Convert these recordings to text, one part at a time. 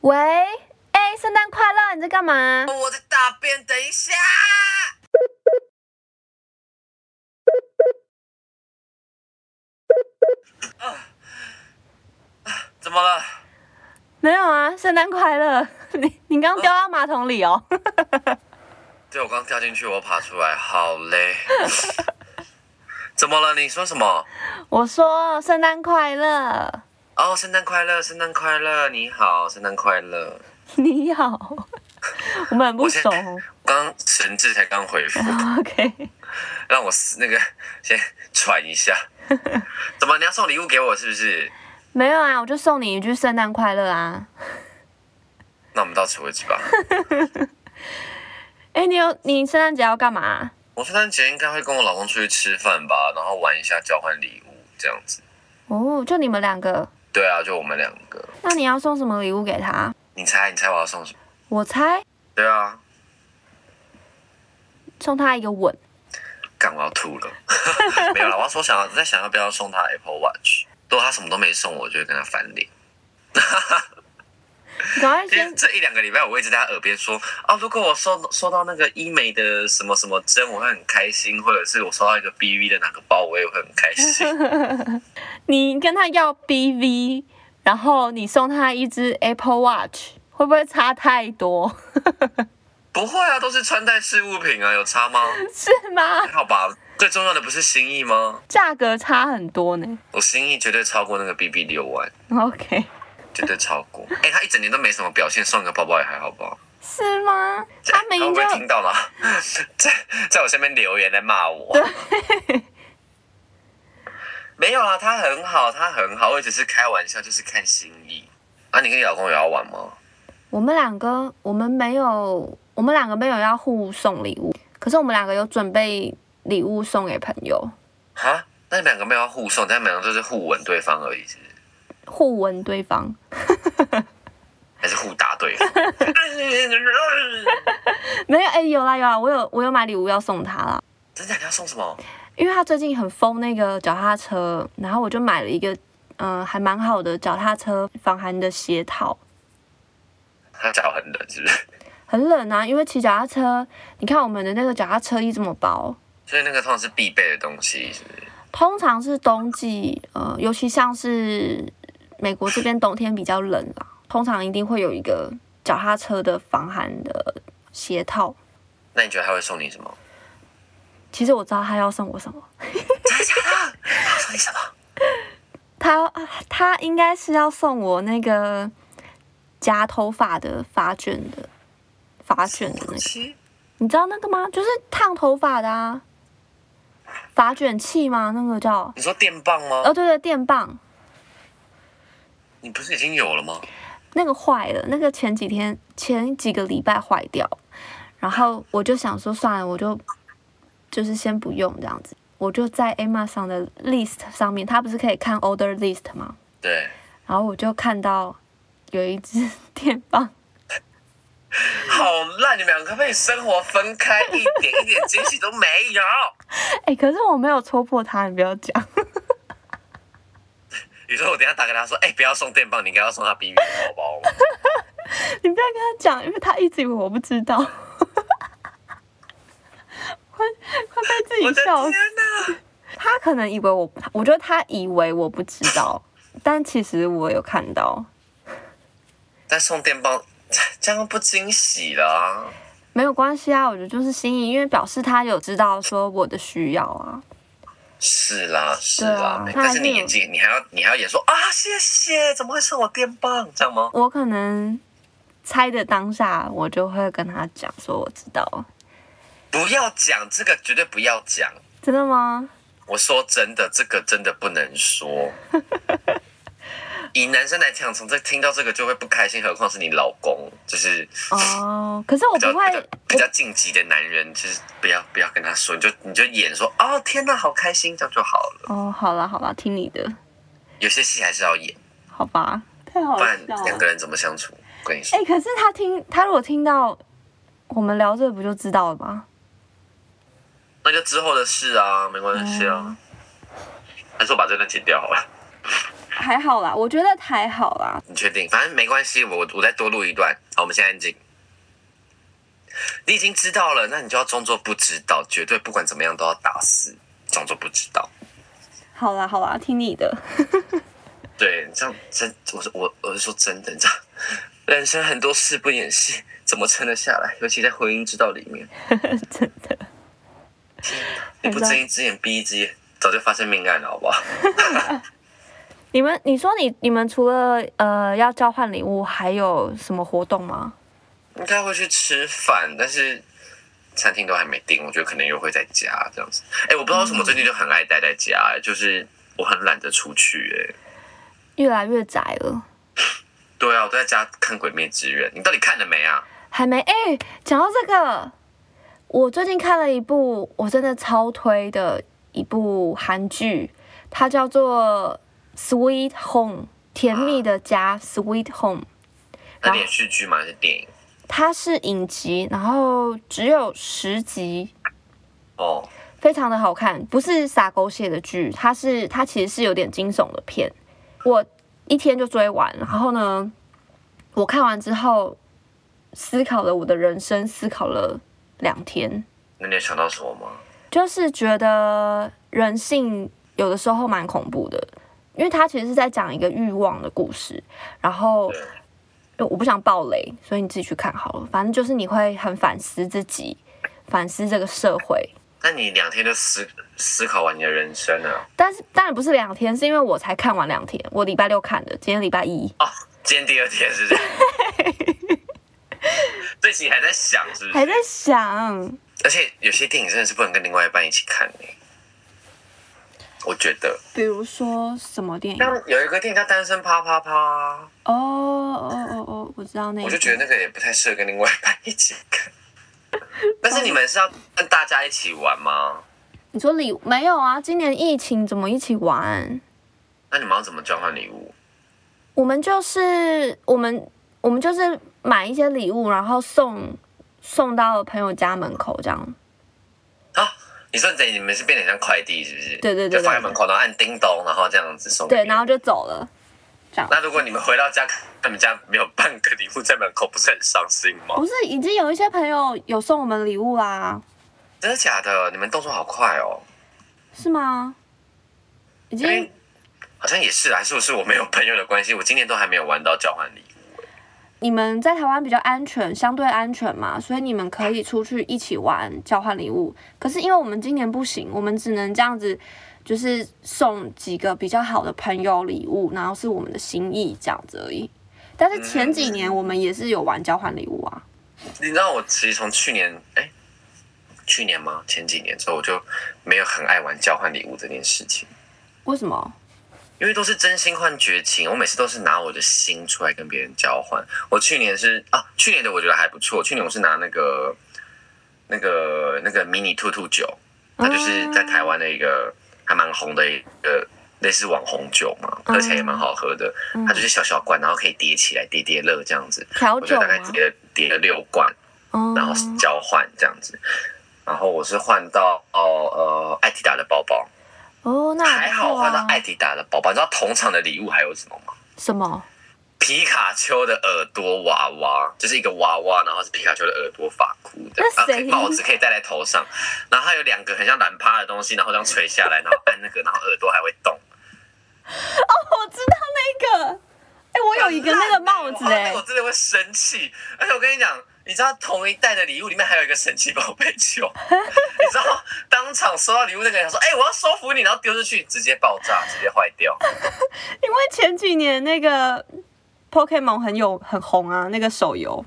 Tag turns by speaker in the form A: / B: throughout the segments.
A: 喂，哎，圣诞快乐！你在干嘛？
B: 我在大便，等一下。啊啊怎么了？
A: 没有啊，圣诞快乐！ 你你刚掉到马桶里哦。
B: 对，我刚掉进去，我爬出来，好累。怎么了？你说什么？
A: 我说圣诞快乐，
B: 哦，圣诞快乐，圣诞快乐，你好，圣诞快乐。
A: 你好， 我们很不熟。
B: 我刚神志才刚恢复，
A: OK，
B: 让我那个先喘一下。怎么你要送礼物给我是不是？
A: 没有啊，我就送你一句圣诞快乐啊。
B: 那我们到此为止吧。
A: 哎，你有你圣诞节要干嘛？
B: 我圣诞节应该会跟我老公出去吃饭吧，然后玩一下交换礼物这样子。
A: 哦，就你们两个，
B: 对啊，就我们两个。
A: 那你要送什么礼物给他？
B: 你猜，你猜我要送什么？
A: 我猜
B: 对啊，
A: 送他一个吻。
B: 干我要吐了。 没有啦，我要说想要在想要不要送他 Apple Watch。如果他什么都没送我，我就会跟他翻脸。
A: 赶快
B: 其实
A: 先，
B: 这一两个礼拜，我一直在他耳边说啊，如果我收收到那个医美的什么什么针，我会很开心；或者是我收到一个 BV 的哪个包，我也会很开心。
A: 你跟他要 BV，然后你送他一只 Apple Watch，会不会差太多？
B: 不会啊，都是穿戴式物品啊，有差吗？
A: 是吗？
B: 还好吧，最重要的不是心意吗？
A: 价格差很多呢。
B: 我心意绝对超过那个 BB 六万，
A: OK，
B: 绝对超过。哎、他一整年都没什么表现，送个包包也还好吧？
A: 是吗？他明
B: 会
A: 明
B: 不
A: 就
B: 会听到吗？在在我下面留言来骂我。没有啊，他很好，他很好，我只是开玩笑，就是看心意。啊，你跟你老公有要玩吗？
A: 我们两个，我们没有，我们两个没有要互送礼物，可是我们两个有准备礼物送给朋友，
B: 哈，那你们两个没有要互送，但你们两个就是互吻对方而已，是不是
A: 互吻对方。
B: 还是互打对方？
A: 没有，哎、有啦有啦，我有我有买礼物要送他啦，
B: 真的，你要送什么？
A: 因为他最近很疯那个脚踏车，然后我就买了一个，嗯、还蛮好的脚踏车防寒的鞋套。
B: 他脚很冷，是不是？
A: 很冷啊，因为骑脚踏车，你看我们的那个脚踏车衣这么薄，
B: 所以那个通常是必备的东西，是不是？
A: 通常是冬季，呃，尤其像是美国这边冬天比较冷啦，通常一定会有一个脚踏车的防寒的鞋套。
B: 那你觉得他会送你什么？
A: 其实我知道他要送我什么，
B: 真的假的？ 他送你什么？
A: 他他应该是要送我那个夹头发的发卷的发卷的那个，
B: 七
A: 你知道那个吗？就是烫头发的啊，发卷器吗？那个叫
B: 你说电棒吗？
A: 哦，对对，电棒
B: 你不是已经有了吗？
A: 那个坏了，那个前几天前几个礼拜坏掉，然后我就想说算了，我就就是先不用这样子，我就在 Emma 上的 list 上面，它不是可以看 order list 吗？
B: 对，
A: 然后我就看到有一支 电棒，
B: 好烂！你们两个被生活分开，一点一点惊喜都没有。
A: 哎，可是我没有戳破它，你不要讲，
B: 你说我等一下打给他说，哎、不要送电棒，你应该要送他 BB 的包包。
A: 你不要跟他讲，因为他一直以为我不知道，快快被自
B: 我
A: 己
B: 的
A: 笑死
B: 天。哪、
A: 他可能以为我，我觉得他以为我不知道，但其实我有看到，
B: 但送电棒这样不惊喜了啊！
A: 没有关系啊，我觉得就是心意，因为表示他有知道说我的需要啊。
B: 是啦，是
A: 对啊
B: 啦，
A: 他还
B: 但
A: 是
B: 是你演技，你还要你还要演说啊，谢谢，怎么会送我电棒？这样吗？
A: 我可能猜的当下，我就会跟他讲说我知道，
B: 不要讲这个，绝对不要讲。
A: 真的吗？
B: 我说真的，这个真的不能 说。以男生来讲，从这听到这个就会不开心，何况是你老公，就是
A: 哦，可是我
B: 比较
A: 不
B: 比
A: 会
B: 较，比较晋级的男人，就是不要不要跟他说，你就你就演说哦，天哪，好开心，这样就好了。
A: 哦，好了好了，听你的，
B: 有些戏还是要演，
A: 好吧？太好
B: 不然两个人怎么相处？我跟你说
A: 哎、，可是他听，他如果听到我们聊这个，不就知道了吗？
B: 那就
A: 嗯
B: 之后的事啊，没关系啊。还是我把这段剪掉好了。
A: 还好啦，我觉得还好啦。
B: 你确定？反正没关系，我我再多录一段。好，我们现在安静。你已经知道了，那你就要装作不知道，绝对不管怎么样都要打死，装作不知道。
A: 好啦好啦，听你的。
B: 对，你这样真，我是我我是说真的，你知道， 人生很多事不演戏，怎么撑得下来？尤其在婚姻之道里面，
A: 真的。
B: 你不睁一只眼闭一只眼，早就发生命案了，好不好？
A: 你们，你说你你们除了呃要交换礼物，还有什么活动吗？
B: 应该会去吃饭，但是餐厅都还没定，我觉得可能又会在家这样子。哎、我不知道为什
A: 嗯
B: 么最近就很爱待在家、哎就是我很懒得出去、哎，
A: 越来越宅了，
B: 对啊，我都在家看《鬼灭之刃》，你到底看了没啊？
A: 还没哎。讲到这个，我最近看了一部我真的超推的一部韩剧，它叫做《Sweet Home》，甜蜜的家，Sweet Home》。
B: 那
A: 然后
B: 连续剧吗？还是电影？
A: 它是影集，然后只有十集，
B: 哦，
A: 非常的好看，不是撒狗血的剧，它是它其实是有点惊悚的片。我一天就追完，然后呢，我看完之后思考了我的人生，思考了两天，
B: 那你有想到什么吗？
A: 就是觉得人性有的时候蛮恐怖的，因为它其实是在讲一个欲望的故事，然后
B: 对。
A: 呃我不想暴雷，所以你自己去看好了。反正就是你会很反思自己，反思这个社会。
B: 那你两天就思思考完你的人生了、
A: 但是当然不是两天，是因为我才看完两天，我礼拜六看的，今天礼拜一
B: 哦，今天第二天是不 是？最近还在想是不
A: 还在
B: 是？
A: 想，
B: 而且有些电影真的是不能跟另外一半一起看的、我觉得，
A: 比如说什么电影？
B: 像有一个电影叫《单身啪啪啪》，
A: 哦哦哦哦，我知道那个，
B: 我就觉得那个也不太适合跟另外一半一起看。但是你们是要跟大家一起玩吗？
A: 你说礼没有啊？今年疫情怎么一起玩？
B: 那你们要怎么交换礼物？
A: 我们就是我们我们就是买一些礼物，然后送送到朋友家门口这样。
B: 啊，你说等你们是变得很像快递是不是？
A: 对对对对
B: 就放在门口，然后按叮咚，然后这样子送给别
A: 对，
B: 人。
A: 然后就走了。
B: 那如果你们回到家，看你们家没有半个礼物在门口，不是很伤心吗？
A: 不是，已经有一些朋友有送我们礼物啦，
B: 真的假的？你们动作好快哦！
A: 是吗？已
B: 因为
A: 经
B: 好像也是啊，还是不是我没有朋友的关系？我今年都还没有玩到交换礼物。
A: 你们在台湾比较安全，相对安全嘛，所以你们可以出去一起玩交换礼物。可是因为我们今年不行，我们只能这样子，就是送几个比较好的朋友礼物，然后是我们的心意这样子而已。但是前几年我们也是有玩交换礼物
B: 嗯
A: 啊，
B: 你知道我其实从去年哎、去年吗？前几年之后我就没有很爱玩交换礼物这件事情，
A: 为什么？
B: 因为都是真心换绝情，我每次都是拿我的心出来跟别人交换。我去年是啊，去年的我觉得还不错，去年我是拿那个那个那个迷你兔兔酒，它
A: 哦
B: 就是在台湾的一个还蛮红的一个类似网红酒嘛，
A: 嗯
B: 喝起来也蛮好喝的。
A: 嗯
B: 它就是小小罐，然后可以叠起来叠叠乐这样子。
A: 调
B: 我就
A: 酒
B: 大概叠
A: 吗？
B: 了叠了六罐，
A: 哦
B: 然后交换这样子。然后我是换到哦呃艾迪达的包包，
A: 哦，那
B: 还好
A: 不错啊
B: 换到艾迪达的包包。你知道同场的礼物还有什么吗？
A: 什么？
B: 皮卡丘的耳朵娃娃，就是一个娃娃，然后是皮卡丘的耳朵发箍的，
A: 那
B: 然后
A: 谁
B: 帽子可以戴在头上，然后它有两个很像蓝趴的东西，然后这样垂下来，然后按那个，然后耳朵还会动。
A: 我知道那个，哎、我有一个那个帽子哎、
B: 我看到那个我真的会生气。而且我跟你讲，你知道同一袋的礼物里面还有一个神奇宝贝 球，你知道当场收到礼物那个人想说：“哎、我要收服你，然后丢出去，直接爆炸，直接坏掉。
A: 因为前几年那个 Pokemon 很有很红啊，那个手游。”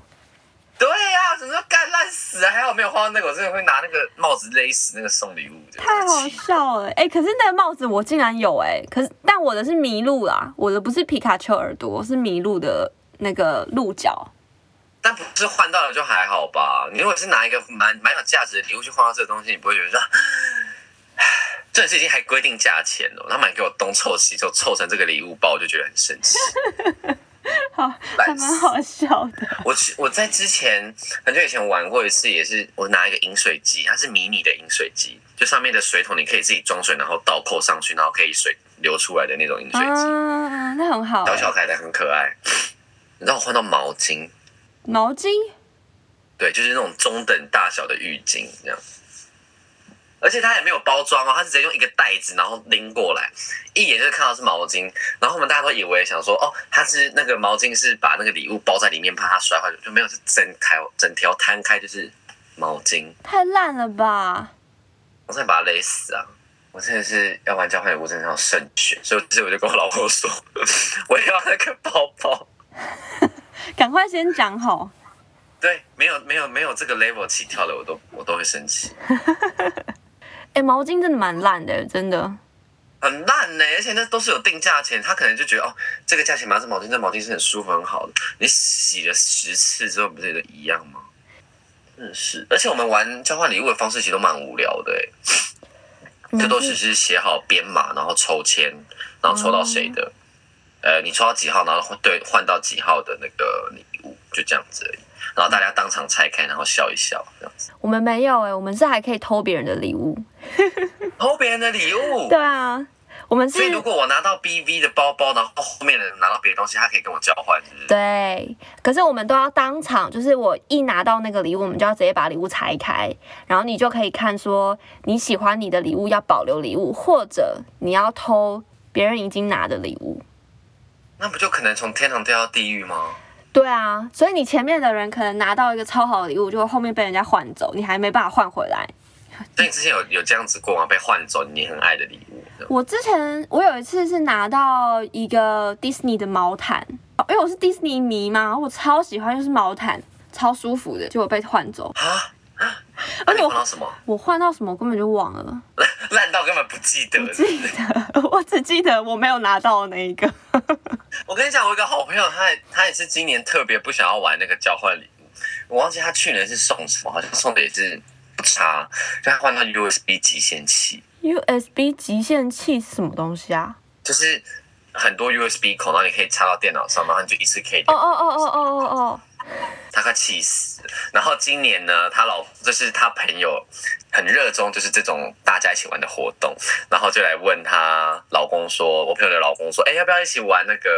B: 对呀、怎么说干烂死啊！还好没有花到那个，我真的会拿那个帽子勒死那个送礼物的。
A: 太好笑 了，哎、可是那个帽子我竟然有哎、可是但我的是麋鹿啦，我的不是皮卡丘耳朵，是麋鹿的那个鹿角。
B: 但不是换到了就还好吧？你如果是拿一个蛮蛮有价值的礼物去换到这个东西，你不会觉得说，唉这是已经还规定价钱了，他们还给我东凑西凑，凑成这个礼物包，我就觉得很生气。
A: 好，还蛮好笑的。
B: 我去我在之前很久以前玩过一次，也是我拿一个饮水机，它是迷你的饮水机，就上面的水桶你可以自己装水，然后倒扣上去，然后可以水流出来的那种饮水机，
A: 啊，那很好欸、
B: 小小台的很可爱。你知道我换到毛巾，
A: 毛巾
B: 对，就是那种中等大小的浴巾这样。而且它也没有包装哦，它是直接用一个袋子，然后拎过来，一眼就是看到是毛巾，然后我们大家都以为想说，哦，它是那个毛巾是把那个礼物包在里面，怕它摔坏，就没有是整条整条摊开就是毛巾，
A: 太烂了吧？
B: 我差点把它勒死啊！我真的是要玩交换礼物，真的要慎选，所以这次我就跟我老婆说， 我要那个包包，
A: 赶快先讲好。
B: 对，没有没有没有这个 level 起跳的，我都我都会生气。
A: 哎、毛巾真的蛮烂的，真的。
B: 很烂呢、而且那都是有定价钱，他可能就觉得哦，这个价钱买这毛巾，这毛巾是很舒服很好的。你洗了十次之后，不是也都一样吗？真是，而且我们玩交换礼物的方式其实都蛮无聊的、欸，
A: 你
B: 就
A: 们
B: 都
A: 是
B: 只是写好编码，然后抽签，然后抽到谁
A: 哦
B: 的，呃，你抽到几号，然后对换到几号的那个礼物，就这样子而已。然后大家当场拆开，然后笑一笑，这样子
A: 我们没有哎、我们是还可以偷别人的礼物。
B: 偷别人的礼物。
A: 对啊，我们是
B: 所以如果我拿到 BV 的包包，然后后面的人拿到别的东西，他可以跟我交换，是不是？
A: 对，可是我们都要当场，就是我一拿到那个礼物，我们就要直接把礼物拆开，然后你就可以看说你喜欢你的礼物要保留礼物，或者你要偷别人已经拿的礼物。
B: 那不就可能从天堂掉到地狱吗？
A: 对啊，所以你前面的人可能拿到一个超好的礼物，就后面被人家换走，你还没办法换回来。
B: 所以你之前有有这样子过吗？被换走你很爱的礼物？这样
A: 我之前我有一次是拿到一个 Disney 的毛毯，哦因为我是 Disney 迷嘛，我超喜欢，就是毛毯，超舒服的，结果被换走。
B: 啊？那
A: 而
B: 你
A: 且我
B: 碰到什么？
A: 我换到什么我根本就忘了。
B: 烂到根本不记得。
A: 不记得，我只记得我没有拿到那一个。
B: 我跟你讲，我有一个好朋友，他也他也是今年特别不想要玩那个交换礼物。我忘记他去年是送什么，好像送的也是不差，就他换到 USB 极限器，
A: USB 极限器是什么东西啊？
B: 就是很多 USB 孔，然后你可以插到电脑上，然后你就一次可以
A: 哦哦哦哦哦哦哦，
B: 他快气死了。然后今年呢，他老就是他朋友很热衷，就是这种大家一起玩的活动，然后就来问她老公说，我朋友的老公说，哎，要不要一起玩那个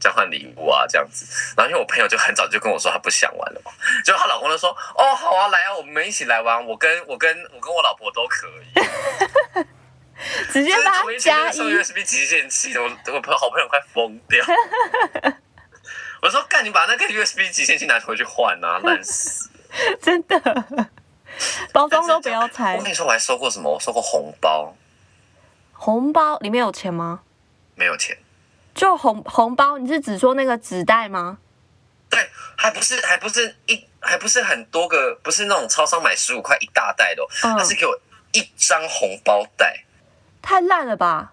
B: 交换礼物啊？这样子。然后因为我朋友就很早就跟我说他不想玩了嘛，结果她老公就说，哦，好啊，来啊，我们一起来玩，我跟我跟我跟我老婆都可以。
A: 直接
B: 就是
A: 把
B: 我以
A: 它
B: 前那
A: 加
B: 个送
A: 一。
B: USB 极限器的，我我朋友好朋友快疯 掉。我说干，你把那个 USB 极限器拿回去换啊，烂死。
A: 真的，包装都不要拆
B: 我跟。你说，我还收过什么？我收过红包，
A: 红包里面有钱吗？
B: 没有钱。
A: 就红红包，你是指说那个纸袋吗？
B: 对，还不是还不是一还不是很多个，不是那种超商买十五块一大袋的、哦，
A: 嗯
B: 他是给我一张红包袋，
A: 太烂了吧！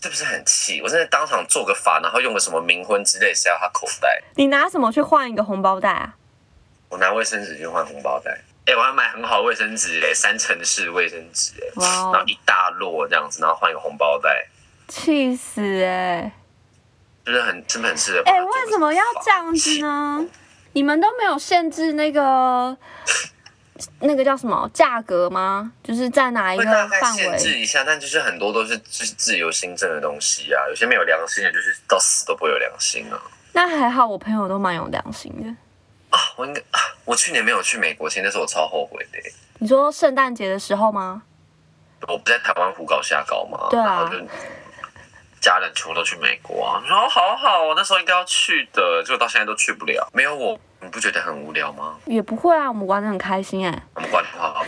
B: 是不是很气？我真的当场做个法，然后用个什么冥婚之类塞到他口袋，
A: 你拿什么去换一个红包袋啊？
B: 我拿卫生纸去换红包袋。哎、我还买很好的卫生纸哎，三层式卫生纸哎，
A: 哇哦
B: 然后一大摞这样子，然后换一个红包袋，
A: 气死哎、
B: 是不是很真的很适合？
A: 哎、为什么要这样子
B: 呢？
A: 呢？你们都没有限制那个那个叫什么价格吗？就是在哪一
B: 会
A: 个
B: 大概
A: 范
B: 限制
A: 围？
B: 一下，但就是很多都是就是自由新政的东西啊，有些没有良心的，就是到死都不会有良心啊。
A: 那还好，我朋友都蛮有良心的。
B: 啊，我应该啊，我去年没有去美国签，那时候我超后悔的欸、
A: 你说圣诞节的时候吗？
B: 我不在台湾胡搞瞎搞嘛，
A: 对啊
B: 然后就家人全部都去美国啊，然后好好，我那时候应该要去的，结果到现在都去不了。没有我，你不觉得很无聊吗？
A: 也不会啊，我们玩的很开心哎、
B: 我们管理好好。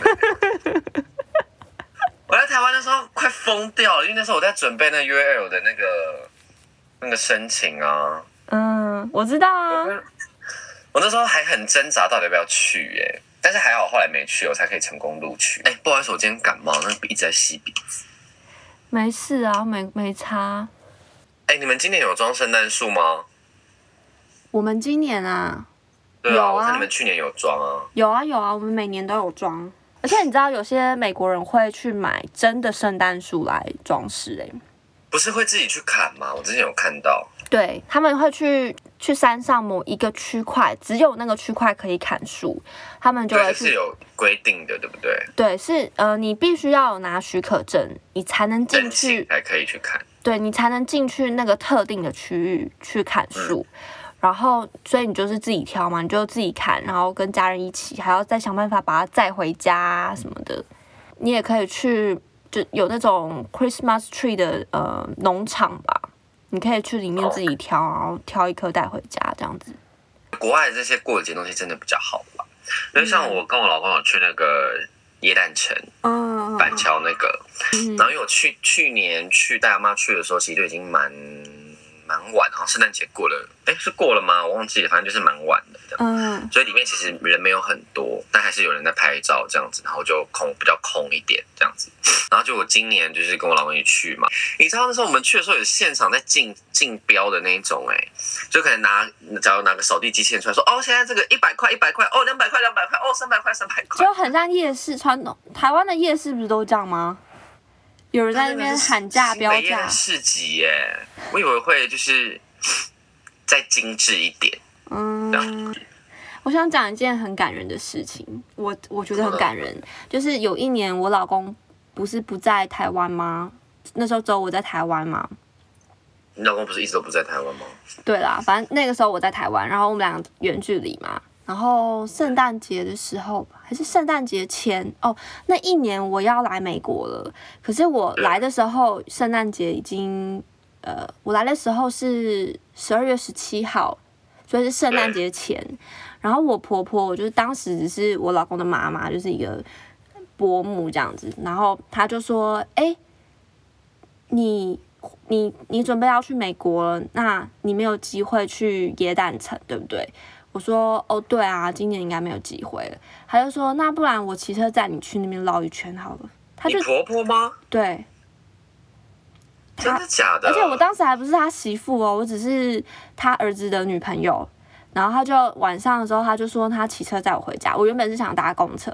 B: 我在台湾那时候快疯掉了，因为那时候我在准备那 UL 的那个那个申请啊，
A: 嗯，我知道啊。
B: 我那时候还很挣扎，到底要不要去耶、但是还好后来没去，我才可以成功录取。哎、不好意思，我今天感冒，那一直在吸鼻子。
A: 没事啊，没没差。
B: 哎、你们今年有装圣诞树吗？
A: 我们今年啊，
B: 对
A: 有
B: 啊，
A: 啊
B: 我看你们去年有装啊。
A: 有啊有啊，我们每年都有装。而且你知道，有些美国人会去买真的圣诞树来装饰哎、
B: 不是会自己去砍吗？我之前有看到，
A: 对他们会去去山上某一个区块，只有那个区块可以砍树，他们就
B: 对，
A: 会
B: 这
A: 去
B: 是有规定的，对不对？
A: 对，是呃，你必须要有拿许可证，你才能进
B: 申请
A: 去，
B: 才可以去看。
A: 对你才能进去那个特定的区域去砍
B: 嗯
A: 树。然后，所以你就是自己挑嘛，你就自己砍，然后跟家人一起，还要再想办法把它载回家、啊、什么的。你也可以去，就有那种 Christmas tree 的呃农场吧，你可以去里面自己挑，然后挑一颗带回家这样子。
B: 国外这些过节东西真的比较好玩，因为像我跟我老公有去那个耶诞城
A: 嗯
B: 板桥那个，
A: 嗯
B: 然后因为我去去年去带阿妈去的时候，其实就已经蛮蛮晚，然后圣诞节过了，哎，是过了吗？我忘记了，反正就是蛮晚的这样。
A: 嗯
B: 所以里面其实人没有很多，但还是有人在拍照这样子，然后就空比较空一点这样子。 然后就我今年就是跟我老公一起去嘛，你知道那时候我们去的时候有现场在竞竞标的那一种、欸，就可能拿假如拿个扫地机器人出来说，哦，现在这个一百块一百块，哦两百块两百块，哦三百块三百块，
A: 就很像夜市传统，台湾的夜市不是都这样吗？有人在那边喊价标
B: 北
A: 价
B: 燕，市集耶、我以为会就是再精致一点，
A: 嗯。我想讲一件很感人的事情，我我觉得很感人，就是有一年我老公不是不在台湾吗？那时候只有我在台湾嘛，
B: 你老公不是一直都不在台湾吗？
A: 对啦，反正那个时候我在台湾，然后我们俩远距离嘛，然后圣诞节的时候吧还是圣诞节前哦，那一年我要来美国了，可是我来的时候圣诞节已经呃，我来的时候是十二月十七号，所以是圣诞节前，然后我婆婆我就是当时只是我老公的妈妈，就是一个伯母这样子，然后她就说，哎、你你你准备要去美国了，那你没有机会去耶诞城，对不对？我说哦，对啊，今年应该没有机会了。他就说，那不然我骑车载你去那边绕一圈好了。他
B: 你
A: 就
B: 婆婆吗？
A: 对，
B: 真的假的？
A: 而且我当时还不是他媳妇哦，我只是他儿子的女朋友。然后他就晚上的时候，他就说他骑车载我回家。我原本是想搭公车，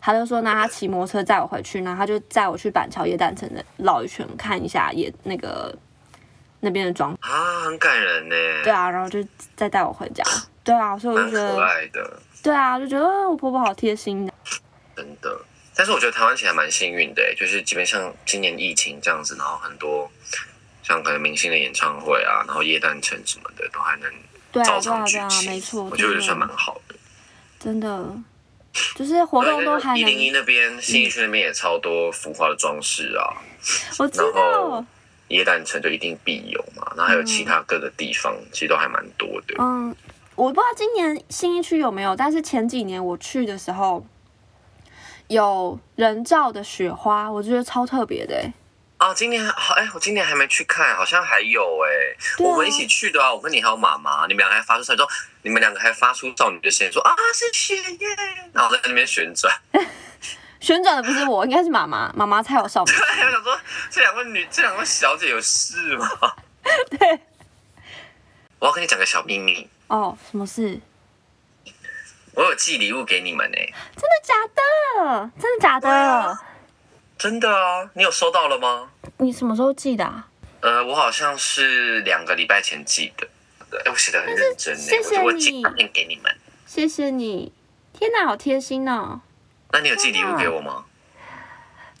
A: 他就说那他骑摩托车载我回去，然后他就载我去板桥夜诞城的绕一圈，看一下也那个那边的装。
B: 啊，很感人呢、
A: 对啊，然后就再带我回家。对啊，所以我
B: 蛮
A: 就觉
B: 可
A: 得，
B: 爱的，
A: 对啊，就觉得呃我婆婆好贴心的。
B: 真的。但是我觉得台湾其实还蛮幸运的、就是即便像今年疫情这样子，然后很多像可能明星的演唱会啊，然后夜诞城什么的，都还能
A: 对啊，
B: 照
A: 对啊，
B: 常举
A: 对啊，
B: 行，
A: 没错，
B: 我觉得
A: 真的
B: 算蛮好的。
A: 真的，就是活动都还
B: 一
A: 能
B: 零，一那边新义区那边也超多浮华的装饰啊，
A: 嗯我知
B: 然
A: 道
B: 后，夜诞城就一定必有嘛，然后还有其他各个地方其实都还蛮多的。
A: 嗯，我不知道今年新一区有没有，但是前几年我去的时候，有人造的雪花，我觉得超特别的欸、
B: 啊，今年好哎、我今年还没去看，好像还有哎、
A: 对啊
B: 我们一起去的啊，我跟你还有妈妈，你们两个还发出声说，你们两个还发出少女的声音说啊是雪耶，然后在那边旋转，
A: 旋转的不是我，应该是妈妈，妈妈才有少女。
B: 哎我想说这两位女这两位小姐有事吗？
A: 对，
B: 我要跟你讲个小秘密，
A: 哦，什么事？真
B: 我有寄礼物给你们哎、
A: 的假的？真的假的？
B: 啊真的啊，你有收到了吗？
A: 你什么时候寄的、啊？
B: 呃，我好像是两个礼拜前寄的，哎、我写的很认真哎、
A: 但是谢谢
B: 我我寄
A: 你
B: 卡片给你们，
A: 谢谢你，天哪，好贴心哦！
B: 那你有寄礼物给我吗？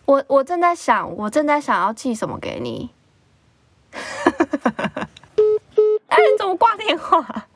A: 我我正在想，我正在想要寄什么 给你。哎，你怎么挂电话？